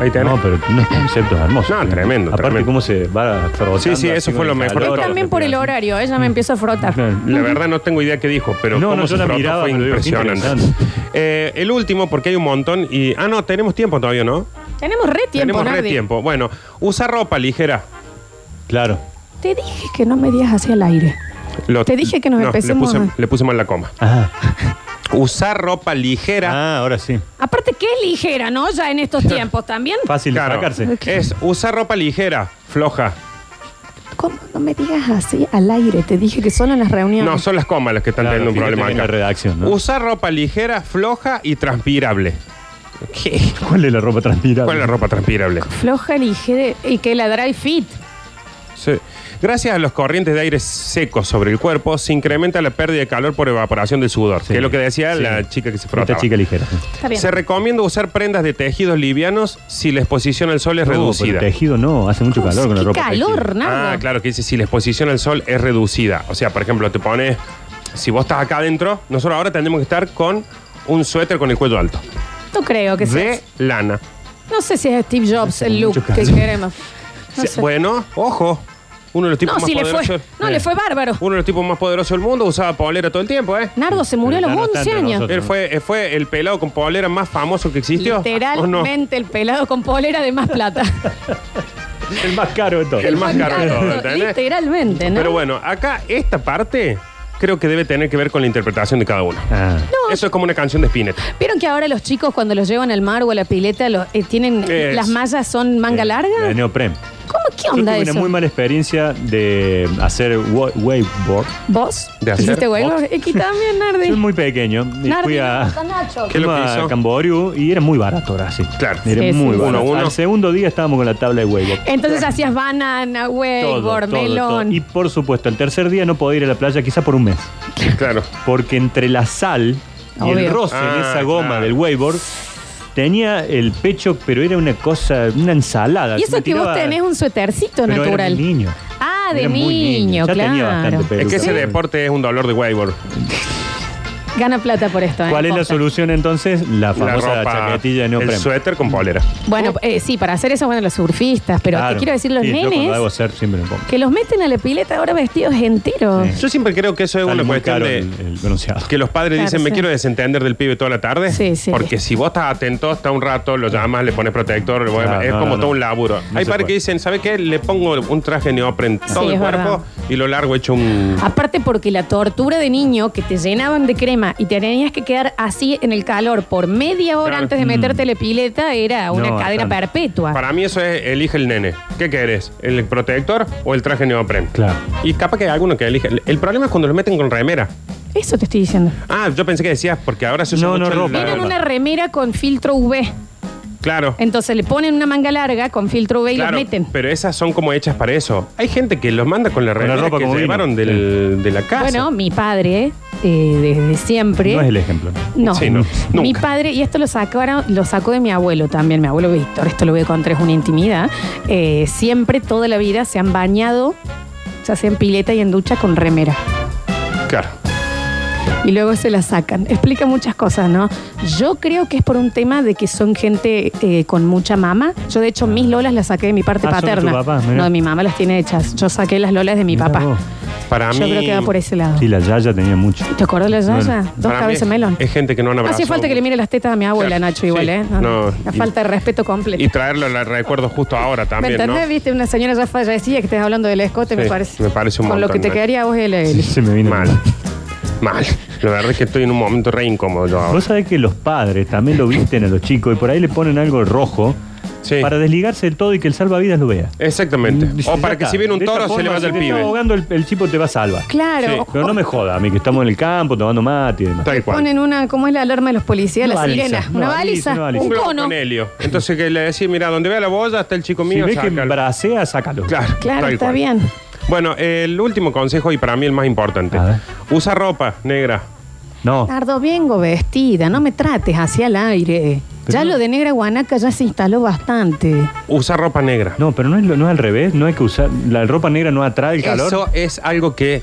Speaker 3: Ahí tenés.
Speaker 2: No, pero unos conceptos hermosos.
Speaker 3: No, tremendo,
Speaker 2: Aparte,
Speaker 3: tremendo.
Speaker 2: cómo se va frotando.
Speaker 3: Sí,
Speaker 2: así
Speaker 3: sí, eso
Speaker 2: con
Speaker 3: fue
Speaker 2: el
Speaker 3: lo mejor de
Speaker 2: calor.
Speaker 3: todo.
Speaker 1: También por el horario, ella
Speaker 2: Mm.
Speaker 1: me empieza a frotar.
Speaker 2: Claro.
Speaker 3: La verdad no tengo idea qué dijo, pero
Speaker 2: No,
Speaker 3: cómo
Speaker 2: no,
Speaker 3: se
Speaker 2: yo la
Speaker 3: frotó
Speaker 2: miraba,
Speaker 3: fue
Speaker 2: pero digo, qué
Speaker 3: impresionante.
Speaker 2: interesante.
Speaker 3: Eh, el último, porque hay un montón y... Ah, no, tenemos tiempo todavía, ¿no?
Speaker 1: Tenemos re tiempo,
Speaker 3: tenemos re
Speaker 1: Nardi.
Speaker 3: tiempo. Bueno, usa ropa ligera.
Speaker 2: Claro.
Speaker 1: Te dije que no me digas hacia el aire.
Speaker 3: Lo-
Speaker 1: Te dije que nos empecemos
Speaker 3: Le puse,
Speaker 1: a-
Speaker 3: le puse mal la coma.
Speaker 2: Ah,
Speaker 3: Usar ropa ligera.
Speaker 2: ah, ahora sí.
Speaker 1: Aparte que es ligera, ¿no? Ya en estos tiempos también.
Speaker 2: Fácil
Speaker 3: Claro.
Speaker 2: de sacarse.
Speaker 3: Es usar ropa ligera, floja.
Speaker 1: ¿Cómo no me digas así al aire? Te dije que solo en las reuniones.
Speaker 3: No, son las comas las que están
Speaker 2: Claro,
Speaker 3: teniendo un
Speaker 2: fíjate
Speaker 3: problema
Speaker 2: en
Speaker 3: acá.
Speaker 2: la redacción, ¿no?
Speaker 3: Usar ropa ligera, floja y transpirable. ¿Qué?
Speaker 2: ¿Cuál es la ropa transpirable?
Speaker 3: ¿Cuál es la ropa transpirable?
Speaker 1: floja, ligera y que la dry fit.
Speaker 3: Sí. Gracias a los corrientes de aire secos sobre el cuerpo, se incrementa la pérdida de calor por evaporación del sudor,
Speaker 2: Sí.
Speaker 3: que es lo que decía
Speaker 2: Sí.
Speaker 3: la chica que se frotaba.
Speaker 2: Esta chica ligera.
Speaker 1: Está bien.
Speaker 3: Se recomienda usar prendas de tejidos livianos si la exposición al sol es
Speaker 2: No,
Speaker 3: reducida.
Speaker 2: pero Tejido no, hace mucho calor con la
Speaker 1: Qué
Speaker 2: ropa.
Speaker 1: calor, nada.
Speaker 3: Ah, claro, que dice si la exposición al sol es reducida. O sea, por ejemplo, te pones. Si vos estás acá adentro, nosotros ahora tendremos que estar con un suéter con el cuello alto.
Speaker 1: No creo que sea.
Speaker 3: De lana.
Speaker 1: No sé si es Steve Jobs el
Speaker 2: mucho
Speaker 1: look que
Speaker 2: calor.
Speaker 1: queremos. No,
Speaker 3: Se-
Speaker 1: sé.
Speaker 3: Bueno, ojo. Uno de los tipos
Speaker 1: No,
Speaker 3: más
Speaker 1: si le fue,
Speaker 3: poderosos.
Speaker 1: no
Speaker 2: Eh.
Speaker 1: le fue bárbaro.
Speaker 3: Uno de los tipos más poderosos del mundo usaba polera todo el tiempo, ¿eh?
Speaker 1: Nardo se murió a los
Speaker 2: Pero ya no
Speaker 1: 11
Speaker 2: tanto
Speaker 1: años.
Speaker 2: nosotros.
Speaker 3: Él fue, eh, fue el pelado con polera más famoso que existió. ¿o no?
Speaker 1: Literalmente el pelado con polera de más plata.
Speaker 2: ligera. El más caro de todos.
Speaker 3: El más caro de todos, ¿entendés?
Speaker 1: Literalmente, ¿no?
Speaker 3: Pero bueno, acá esta parte creo que debe tener que ver con la interpretación de cada uno.
Speaker 2: Ah.
Speaker 3: Eso es como una canción de Spinetta.
Speaker 1: ¿Vieron que ahora los chicos cuando los llevan al mar o a la pileta lo- eh, tienen
Speaker 3: Es.
Speaker 1: las mallas son manga larga?
Speaker 2: La neoprem.
Speaker 1: ¿Cómo qué
Speaker 2: Eh, Yo
Speaker 1: onda
Speaker 2: tuve
Speaker 1: eso?
Speaker 2: una muy mala experiencia de hacer wa- wakeboard.
Speaker 1: ¿Vos?
Speaker 3: De hacer
Speaker 1: ¿Hiciste
Speaker 3: vos.
Speaker 1: huevo? Aquí también, Nardi.
Speaker 2: Yo muy pequeño. Y
Speaker 1: Nardi,
Speaker 2: fui a,
Speaker 1: no, Nacho.
Speaker 3: ¿Qué es lo
Speaker 2: fuimos
Speaker 3: que hizo?
Speaker 2: a Camboriú y era muy barato ahora sí.
Speaker 3: Claro.
Speaker 2: Era
Speaker 1: Sí,
Speaker 2: muy
Speaker 1: sí,
Speaker 2: barato.
Speaker 3: Uno, uno.
Speaker 2: Al segundo día estábamos con la tabla de wakeboard.
Speaker 1: Entonces hacías banana,
Speaker 2: Todo,
Speaker 1: wakeboard,
Speaker 2: todo,
Speaker 1: melón.
Speaker 2: todo. Y por supuesto, el tercer día no podía ir a la playa quizá por un mes.
Speaker 3: Claro.
Speaker 2: Porque entre la sal y el
Speaker 1: Obvio.
Speaker 2: roce de
Speaker 3: Ah,
Speaker 2: esa goma
Speaker 3: claro.
Speaker 2: del wakeboard, tenía el pecho, pero era una cosa, una ensalada.
Speaker 1: Y eso
Speaker 2: Me
Speaker 1: que vos
Speaker 2: tiraba-
Speaker 1: tenés un suetercito
Speaker 2: pero era
Speaker 1: natural.
Speaker 2: de niño.
Speaker 1: Ah, de
Speaker 2: Era muy
Speaker 1: niño,
Speaker 2: Ya tenía
Speaker 1: claro.
Speaker 2: bastante
Speaker 3: Es
Speaker 2: peluca.
Speaker 3: que ese deporte es un dolor de wayward.
Speaker 1: Gana plata por esto. ¿eh?
Speaker 2: ¿Cuál es la
Speaker 1: Posta.
Speaker 2: solución entonces? La
Speaker 3: La
Speaker 2: famosa
Speaker 3: ropa,
Speaker 2: chaquetilla de neopreno.
Speaker 3: el suéter con polera.
Speaker 1: Bueno, eh, sí, para hacer eso, bueno, los surfistas, pero te
Speaker 2: Claro.
Speaker 1: quiero decir los
Speaker 2: Sí, Yo cuando hago
Speaker 1: nenes
Speaker 2: surf siempre me pongo.
Speaker 1: que los meten a la pileta ahora vestidos enteros.
Speaker 2: Sí.
Speaker 3: Yo siempre creo que eso es
Speaker 2: Sale
Speaker 3: una
Speaker 2: muy
Speaker 3: cuestión
Speaker 2: caro
Speaker 3: de...
Speaker 2: el, el bronceado.
Speaker 3: Que los padres
Speaker 1: Claro,
Speaker 3: dicen, me
Speaker 1: sí.
Speaker 3: quiero desentender del pibe toda la tarde.
Speaker 1: Sí, sí.
Speaker 3: Porque si vos estás atento, está un rato, lo llamas, le pones protector, le pones-
Speaker 2: Claro,
Speaker 3: es
Speaker 2: no, no,
Speaker 3: como todo
Speaker 2: no.
Speaker 3: un laburo.
Speaker 2: No
Speaker 3: Hay
Speaker 2: se
Speaker 3: padres
Speaker 2: puede.
Speaker 3: que dicen, ¿sabes qué? Le pongo un traje neopren todo
Speaker 1: Sí,
Speaker 3: el
Speaker 1: es
Speaker 3: cuerpo
Speaker 1: verdad.
Speaker 3: y lo largo hecho un...
Speaker 1: Aparte porque la tortura de niño que te llenaban de crema y te tenías que quedar así en el calor por media hora
Speaker 3: Claro.
Speaker 1: antes de meterte a la pileta era una
Speaker 2: No,
Speaker 1: cadena
Speaker 2: bastante.
Speaker 1: perpetua.
Speaker 3: Para mí eso es, elige el nene. ¿Qué querés? ¿El protector o el traje neopren?
Speaker 2: Claro.
Speaker 3: Y capaz que hay alguno que elige. El problema es cuando lo meten con remera.
Speaker 1: Eso te estoy diciendo.
Speaker 3: Ah, yo pensé que decías, porque ahora se usa
Speaker 2: No, no,
Speaker 3: mucho el-
Speaker 2: ropa.
Speaker 1: Tienen
Speaker 2: Claro.
Speaker 1: una remera con filtro UV.
Speaker 3: Claro.
Speaker 1: Entonces le ponen una manga larga con filtro UV y
Speaker 3: Claro,
Speaker 1: los meten.
Speaker 3: pero esas son como hechas para eso. Hay gente que los manda con la
Speaker 2: la
Speaker 3: remera
Speaker 2: ropa
Speaker 3: que
Speaker 2: como vino.
Speaker 3: llevaron del- de la casa.
Speaker 1: Bueno, mi padre eh, desde siempre.
Speaker 2: No es el ejemplo.
Speaker 1: No.
Speaker 3: Sí, no,
Speaker 1: Mi
Speaker 3: nunca.
Speaker 1: padre, y esto lo sacaron, lo sacó de mi abuelo también, mi abuelo Víctor, esto lo voy a contar, es una intimidad. eh, siempre, toda la vida, se han bañado, se hacen pileta y en ducha con remera.
Speaker 3: Claro.
Speaker 1: Y luego se la sacan. Explica muchas cosas, ¿no? Yo creo que es por un tema de que son gente eh, con mucha mama. Yo, de hecho, mis lolas las saqué de mi parte
Speaker 2: Ah, son de tu
Speaker 1: paterna.
Speaker 2: papá, mirá.
Speaker 1: no, de mi mamá las tiene hechas. Yo saqué las lolas de mi
Speaker 2: Mirá
Speaker 1: papá.
Speaker 2: vos.
Speaker 3: Para
Speaker 1: Yo
Speaker 3: mí.
Speaker 1: creo que va por ese lado.
Speaker 2: Sí, la Yaya tenía mucho.
Speaker 1: ¿Te acordás de la Yaya?
Speaker 2: Bueno.
Speaker 1: Dos
Speaker 3: para mí
Speaker 1: cabezas
Speaker 3: es-
Speaker 1: melón.
Speaker 3: Es gente que no han abrazado.
Speaker 1: Hacía falta que le mire las tetas a mi abuela,
Speaker 3: Claro,
Speaker 1: Nacho, igual,
Speaker 3: sí,
Speaker 1: ¿eh? No, no,
Speaker 3: no,
Speaker 1: la
Speaker 3: y-
Speaker 1: falta de respeto completo.
Speaker 3: Y traerlo la recuerdo justo ahora
Speaker 1: ¿Me
Speaker 3: también, ¿no?
Speaker 1: entendés? Viste, una señora ya fallecida que estés hablando del escote, me
Speaker 3: Sí,
Speaker 1: parece.
Speaker 3: me parece un
Speaker 1: Con lo que
Speaker 3: montón,
Speaker 1: te
Speaker 3: ¿no?
Speaker 1: quedaría a vos el... el-
Speaker 2: Sí, se me vino.
Speaker 3: Mal. Mal. La verdad es que estoy en un momento re incómodo yo ahora.
Speaker 2: Vos sabés que los padres también lo visten a los chicos y por ahí le ponen algo rojo
Speaker 3: Sí.
Speaker 2: para desligarse del todo y que el salvavidas lo vea.
Speaker 3: Exactamente.
Speaker 2: Mm,
Speaker 3: O
Speaker 2: ya
Speaker 3: para que
Speaker 2: está.
Speaker 3: si viene un
Speaker 2: De esta
Speaker 3: toro se
Speaker 2: forma,
Speaker 3: le vaya el
Speaker 2: si te está
Speaker 3: pibe.
Speaker 2: ahogando, el, el chico te va a salvar.
Speaker 1: Claro.
Speaker 3: Sí,
Speaker 1: o-
Speaker 2: Pero no me joda, a mí que estamos en el campo tomando mate y demás.
Speaker 3: Tal cual.
Speaker 1: Ponen una, ¿cómo es la alarma de los policías?
Speaker 2: Una
Speaker 1: la
Speaker 2: baliza,
Speaker 1: sirena. Una,
Speaker 2: una
Speaker 1: baliza,
Speaker 2: baliza, una baliza.
Speaker 1: un
Speaker 3: globo
Speaker 1: cono.
Speaker 3: con helio. Entonces que le decís, mira, donde vea la boya está el chico
Speaker 2: Si
Speaker 3: mío.
Speaker 2: ves que
Speaker 3: sácalo.
Speaker 2: bracea, sácalo.
Speaker 3: Claro,
Speaker 1: Claro,
Speaker 3: tal
Speaker 1: está
Speaker 3: cual.
Speaker 1: bien.
Speaker 3: Bueno, el último consejo y para mí el más importante.
Speaker 2: A ver.
Speaker 3: Usa ropa negra.
Speaker 2: No.
Speaker 1: Tardo, vengo vestida, no me trates hacia el aire.
Speaker 2: Pero
Speaker 1: ya
Speaker 2: no-
Speaker 1: lo de negra guanaca ya se instaló bastante.
Speaker 3: Usa ropa negra.
Speaker 2: No, pero no es, lo- no es al revés, no hay que usar. La ropa negra no atrae el calor.
Speaker 3: Eso es algo que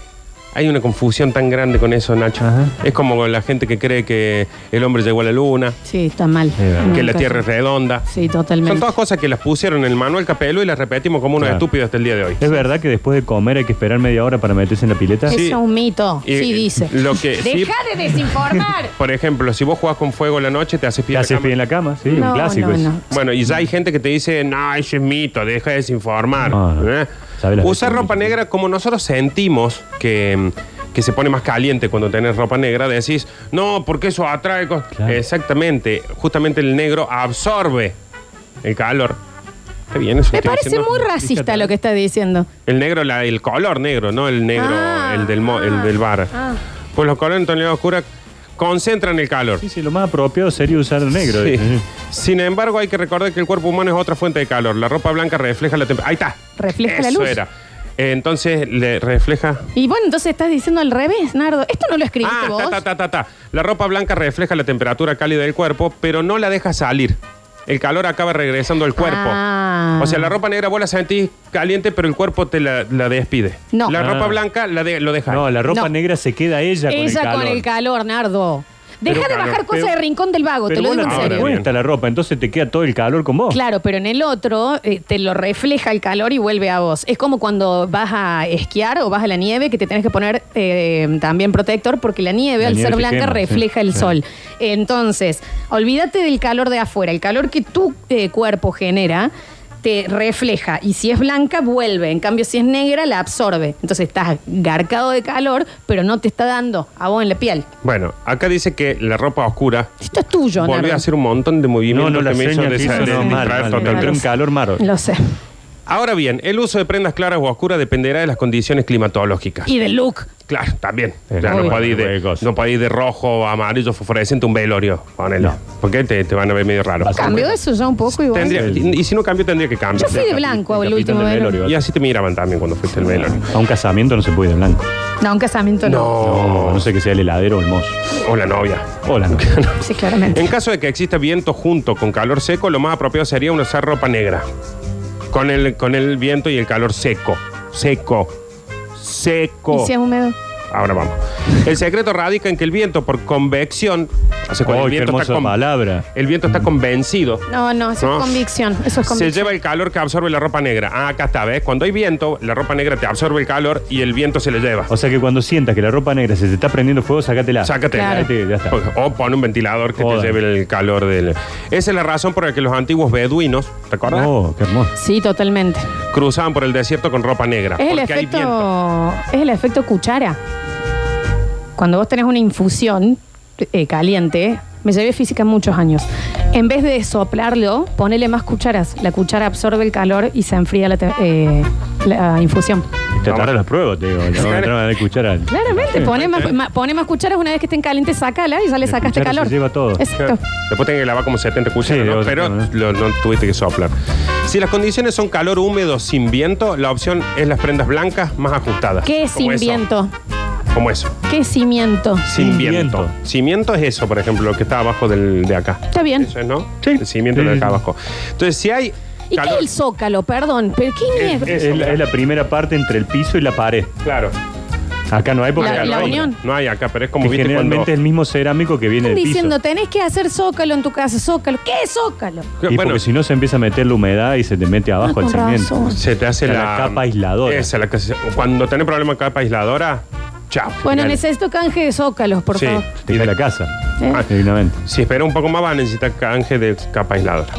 Speaker 3: hay una confusión tan grande con eso, Nacho.
Speaker 2: Ajá.
Speaker 3: Es como la gente que cree que el hombre llegó a la luna,
Speaker 1: Sí, está mal.
Speaker 2: verdad.
Speaker 1: Nunca
Speaker 3: que la
Speaker 1: se-
Speaker 3: Tierra es redonda.
Speaker 1: Sí, totalmente.
Speaker 3: Son todas cosas que las pusieron en el manual Capelo y las repetimos como unos
Speaker 2: Claro.
Speaker 3: estúpidos hasta el día de hoy.
Speaker 2: ¿Es verdad que después de comer hay que esperar media hora para meterse en la pileta?
Speaker 1: Eso
Speaker 3: Sí.
Speaker 1: es un mito.
Speaker 3: Y-
Speaker 1: sí, dice.
Speaker 3: lo que- sí.
Speaker 1: Deja de desinformar.
Speaker 3: Por ejemplo, si vos jugás con fuego en la noche, te haces
Speaker 2: Te
Speaker 3: pie en la
Speaker 2: haces
Speaker 3: cama.
Speaker 2: pie en la cama, sí,
Speaker 1: No,
Speaker 2: un clásico.
Speaker 1: no,
Speaker 2: es.
Speaker 1: no.
Speaker 3: Bueno, y ya hay gente que te dice, no, eso es mito, deja de desinformar.
Speaker 2: No, no.
Speaker 3: ¿Eh?
Speaker 2: Sabe las
Speaker 3: Usar
Speaker 2: veces
Speaker 3: ropa
Speaker 2: que-
Speaker 3: negra como nosotros sentimos que, que se pone más caliente cuando tenés ropa negra, decís, no, porque eso atrae... co-".
Speaker 2: Claro.
Speaker 3: Exactamente, justamente el negro absorbe el calor. Está bien, eso
Speaker 1: Me
Speaker 3: estoy
Speaker 1: parece
Speaker 3: diciendo.
Speaker 1: muy racista lo que está diciendo.
Speaker 3: El negro, la- el color negro, no el negro,
Speaker 1: Ah,
Speaker 3: el, del mo- el del bar.
Speaker 1: ah.
Speaker 3: Pues los colores en tonalidad oscura concentran el calor.
Speaker 2: Sí, sí, lo más apropiado sería usar negro.
Speaker 3: Sí.
Speaker 2: eh.
Speaker 3: Sin embargo, hay que recordar que el cuerpo humano es otra fuente de calor. La ropa blanca refleja la temperatura. Ahí está.
Speaker 1: Refleja la
Speaker 3: Eso
Speaker 1: luz.
Speaker 3: era. Eh, Entonces, le refleja.
Speaker 1: Y bueno, entonces estás diciendo al revés, Nardo. Esto no lo escribiste
Speaker 3: Ah,
Speaker 1: vos.
Speaker 3: ta, ta, ta, ta, ta. La ropa blanca refleja la temperatura cálida del cuerpo, pero no la deja salir. El calor acaba regresando al cuerpo.
Speaker 1: Ah.
Speaker 3: O sea, la ropa negra vos la sentís caliente, pero el cuerpo te la, la despide.
Speaker 1: No.
Speaker 3: La
Speaker 1: Ah.
Speaker 3: ropa blanca la de- lo deja.
Speaker 2: No, la ropa
Speaker 1: No.
Speaker 2: negra se queda ella,
Speaker 1: Ella con el calor, Nardo. Deja
Speaker 3: Pero
Speaker 1: de
Speaker 3: calor.
Speaker 1: bajar cosas
Speaker 2: Pero-
Speaker 1: de rincón del vago, te
Speaker 2: Pero
Speaker 1: lo
Speaker 2: vos
Speaker 1: digo en
Speaker 2: la
Speaker 3: ahora
Speaker 1: serio.
Speaker 2: tenés puesta la ropa, entonces te queda todo el calor con vos.
Speaker 1: Claro, pero en el otro eh, te lo refleja el calor y vuelve a vos. Es como cuando vas a esquiar o vas a la nieve que te tenés que poner eh, también protector porque la nieve,
Speaker 2: La
Speaker 1: al
Speaker 2: nieve
Speaker 1: ser
Speaker 2: te
Speaker 1: blanca,
Speaker 2: quema,
Speaker 1: refleja
Speaker 2: sí,
Speaker 1: el
Speaker 2: sí.
Speaker 1: sol. Entonces, olvídate del calor de afuera. El calor que tu eh, cuerpo genera te refleja y si es blanca vuelve, en cambio si es negra la absorbe. Entonces estás garcado de calor, pero no te está dando a vos en la piel.
Speaker 3: Bueno, acá dice que la ropa oscura
Speaker 1: Esto es tuyo,
Speaker 3: volvió
Speaker 1: Nardo.
Speaker 3: a hacer un montón de
Speaker 2: No,
Speaker 3: movimientos
Speaker 2: no, la
Speaker 3: que me hizo
Speaker 2: seña que hizo,
Speaker 3: desa-
Speaker 2: no,
Speaker 3: de-
Speaker 2: mal,
Speaker 3: distraer
Speaker 2: mal,
Speaker 3: totalmente.
Speaker 2: pero un calor malo.
Speaker 1: Lo sé.
Speaker 3: Ahora bien, el uso de prendas claras o oscuras dependerá de las condiciones climatológicas.
Speaker 1: Y del look.
Speaker 3: Claro, también.
Speaker 2: Eh,
Speaker 3: Ya, no
Speaker 1: obvio.
Speaker 3: podéis de,
Speaker 2: Cualquier cosa.
Speaker 3: no podés ir de rojo, amarillo, fosforescente, un velorio. Ponele.
Speaker 2: No.
Speaker 3: Porque te, te van a ver medio raro.
Speaker 2: Vas a-
Speaker 1: Cambió eso ya un poco igual.
Speaker 3: Tendría- y, y si no cambió, tendría que
Speaker 1: Yo
Speaker 3: cambiar.
Speaker 1: fui de blanco el
Speaker 2: Capitán
Speaker 1: último
Speaker 2: del
Speaker 1: verano.
Speaker 2: velorio.
Speaker 3: Y así te miraban también cuando fuiste al velorio.
Speaker 2: A un casamiento no se puede ir de blanco.
Speaker 1: No, un casamiento no.
Speaker 3: Oh.
Speaker 2: No, a no sé que sea el heladero o el mozo.
Speaker 3: O la novia.
Speaker 2: Hola, no.
Speaker 1: Sí, claramente.
Speaker 3: En caso de que exista viento junto con calor seco, lo más apropiado sería usar ropa negra. Con el, con el viento y el calor seco. Seco. Seco.
Speaker 1: ¿Y si es húmedo?
Speaker 3: Ahora vamos. El secreto radica en que el viento, por convección, hace cuando
Speaker 2: Oh,
Speaker 3: el
Speaker 2: qué
Speaker 3: viento,
Speaker 2: hermosa
Speaker 3: está con-
Speaker 2: palabra.
Speaker 3: el viento está convencido.
Speaker 1: No, no, eso
Speaker 3: No.
Speaker 1: es convicción. Eso es
Speaker 3: Se
Speaker 1: convicción.
Speaker 3: lleva el calor que absorbe la ropa negra. Ah, acá está, ¿ves? Cuando hay viento, la ropa negra te absorbe el calor y el viento se le lleva.
Speaker 2: O sea que cuando sientas que la ropa negra se te está prendiendo fuego, sácatela.
Speaker 3: Sácatela.
Speaker 1: Claro.
Speaker 2: Sí, ya está.
Speaker 3: O pon un ventilador que
Speaker 2: Joda.
Speaker 3: te lleve el calor del. Esa es la razón por la que los antiguos beduinos, ¿te acuerdas?
Speaker 2: Oh, qué hermoso.
Speaker 1: Sí, totalmente.
Speaker 3: Cruzaban por el desierto con ropa negra.
Speaker 1: Es el
Speaker 3: porque hay viento.
Speaker 1: efecto. Es el efecto cuchara. Cuando vos tenés una infusión eh, caliente, me llevé física muchos años. En vez de soplarlo, ponele más cucharas. La cuchara absorbe el calor y se enfría la, te- eh, la infusión.
Speaker 2: Te atarás las pruebas, te digo. Te van a entrar a dar cuchara.
Speaker 1: Claramente, pone más, ma- pone más cucharas una vez que estén calientes, sacala y ya le
Speaker 2: La
Speaker 1: sacaste
Speaker 2: cuchara se
Speaker 1: calor.
Speaker 2: lleva todo.
Speaker 1: Exacto.
Speaker 3: Después tenés que lavar como 70 cucharas,
Speaker 2: Sí,
Speaker 3: ¿no?
Speaker 2: debo-
Speaker 3: pero
Speaker 2: no, no.
Speaker 3: lo- no tuviste que soplar. Si las condiciones son calor húmedo sin viento, la opción es las prendas blancas más ajustadas.
Speaker 1: ¿Qué es
Speaker 3: Como
Speaker 1: sin
Speaker 3: eso.
Speaker 1: viento?
Speaker 3: Como eso.
Speaker 1: ¿Qué cimiento?
Speaker 3: Cimiento.
Speaker 2: Cimiento.
Speaker 3: Cimiento es eso, por ejemplo, lo que está abajo del, de acá.
Speaker 1: Está bien.
Speaker 3: Eso es, ¿no?
Speaker 2: Sí.
Speaker 3: El cimiento
Speaker 2: Sí,
Speaker 3: de
Speaker 2: sí,
Speaker 3: acá
Speaker 2: sí.
Speaker 3: abajo. Entonces, si hay.
Speaker 1: ¿Y qué
Speaker 3: calor-
Speaker 1: es el zócalo? Perdón, pero ¿quién es?
Speaker 3: es-
Speaker 2: Es la, es la primera parte entre el piso y la pared.
Speaker 3: Claro.
Speaker 2: Acá no hay porque
Speaker 1: La-
Speaker 3: Acá
Speaker 2: acá
Speaker 1: la
Speaker 2: no hay.
Speaker 1: unión.
Speaker 3: No hay acá, pero es como
Speaker 2: Que
Speaker 3: viste
Speaker 2: generalmente
Speaker 3: cuando.
Speaker 2: es el mismo cerámico que viene
Speaker 1: Están
Speaker 2: del piso.
Speaker 1: diciendo, tenés que hacer zócalo en tu casa, zócalo. ¿Qué es zócalo?
Speaker 2: Y
Speaker 3: bueno,
Speaker 2: porque si no se empieza a meter la humedad y se te mete abajo
Speaker 1: Ah, con
Speaker 2: el cimiento.
Speaker 1: razón.
Speaker 3: se te hace
Speaker 2: la
Speaker 3: la,
Speaker 2: capa aisladora.
Speaker 3: Esa, la que se- cuando tenés problema con capa aisladora, chao.
Speaker 1: Bueno,
Speaker 3: Dale.
Speaker 1: necesito canje de zócalos, por
Speaker 3: Sí.
Speaker 1: favor.
Speaker 2: Se te cae la casa.
Speaker 1: ¿Eh?
Speaker 3: Ah,
Speaker 2: Directamente.
Speaker 3: Si espera un poco más, va a necesitar canje de capa aisladora.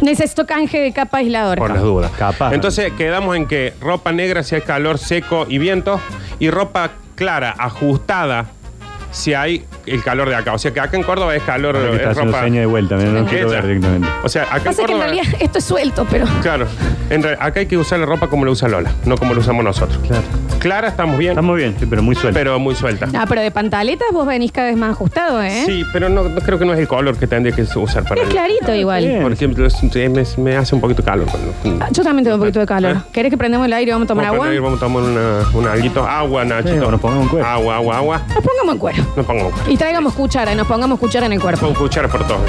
Speaker 1: Necesito canje de capa aisladora.
Speaker 3: Por las dudas.
Speaker 2: Capaz.
Speaker 3: Entonces quedamos en que ropa negra si hay calor seco y viento y ropa clara, ajustada, si hay el calor de acá. O sea que acá en Córdoba es calor,
Speaker 2: Ahora que está
Speaker 3: es
Speaker 2: haciendo
Speaker 3: ropa.
Speaker 2: seña de vuelta, mira, no
Speaker 3: Esa.
Speaker 2: quiero ver directamente.
Speaker 3: O sea, acá en
Speaker 1: Pasa que en
Speaker 3: Córdoba.
Speaker 1: realidad esto es suelto, pero.
Speaker 3: Claro, en re- acá hay que usar la ropa como la usa Lola, no como la usamos nosotros.
Speaker 2: Claro.
Speaker 3: Clara, estamos bien,
Speaker 2: Estamos bien, sí, pero muy suelto.
Speaker 3: pero muy suelta.
Speaker 1: Ah, pero de pantaletas vos venís cada vez más ajustado, ¿eh?
Speaker 3: Sí, pero no, no creo que no es el color que tendría que usar para
Speaker 1: Es
Speaker 3: el-
Speaker 1: clarito igual.
Speaker 2: bien.
Speaker 3: Porque los- me, me hace un poquito calor. cuando-
Speaker 1: Ah, Yo también tengo un poquito de calor.
Speaker 3: ¿Eh?
Speaker 1: ¿Querés que prendamos el aire y vamos a tomar
Speaker 3: Vamos
Speaker 1: agua?
Speaker 3: a poner- Vamos a tomar una, un alguito. Agua, Nachito.
Speaker 2: o nos pongamos un cuero.
Speaker 3: Agua, agua, agua.
Speaker 1: Nos pongamos en cuero.
Speaker 3: Nos pongamos un cuero.
Speaker 1: Y traigamos cuchara y nos pongamos cuchara en el cuerpo.
Speaker 3: Con cuchara por todo.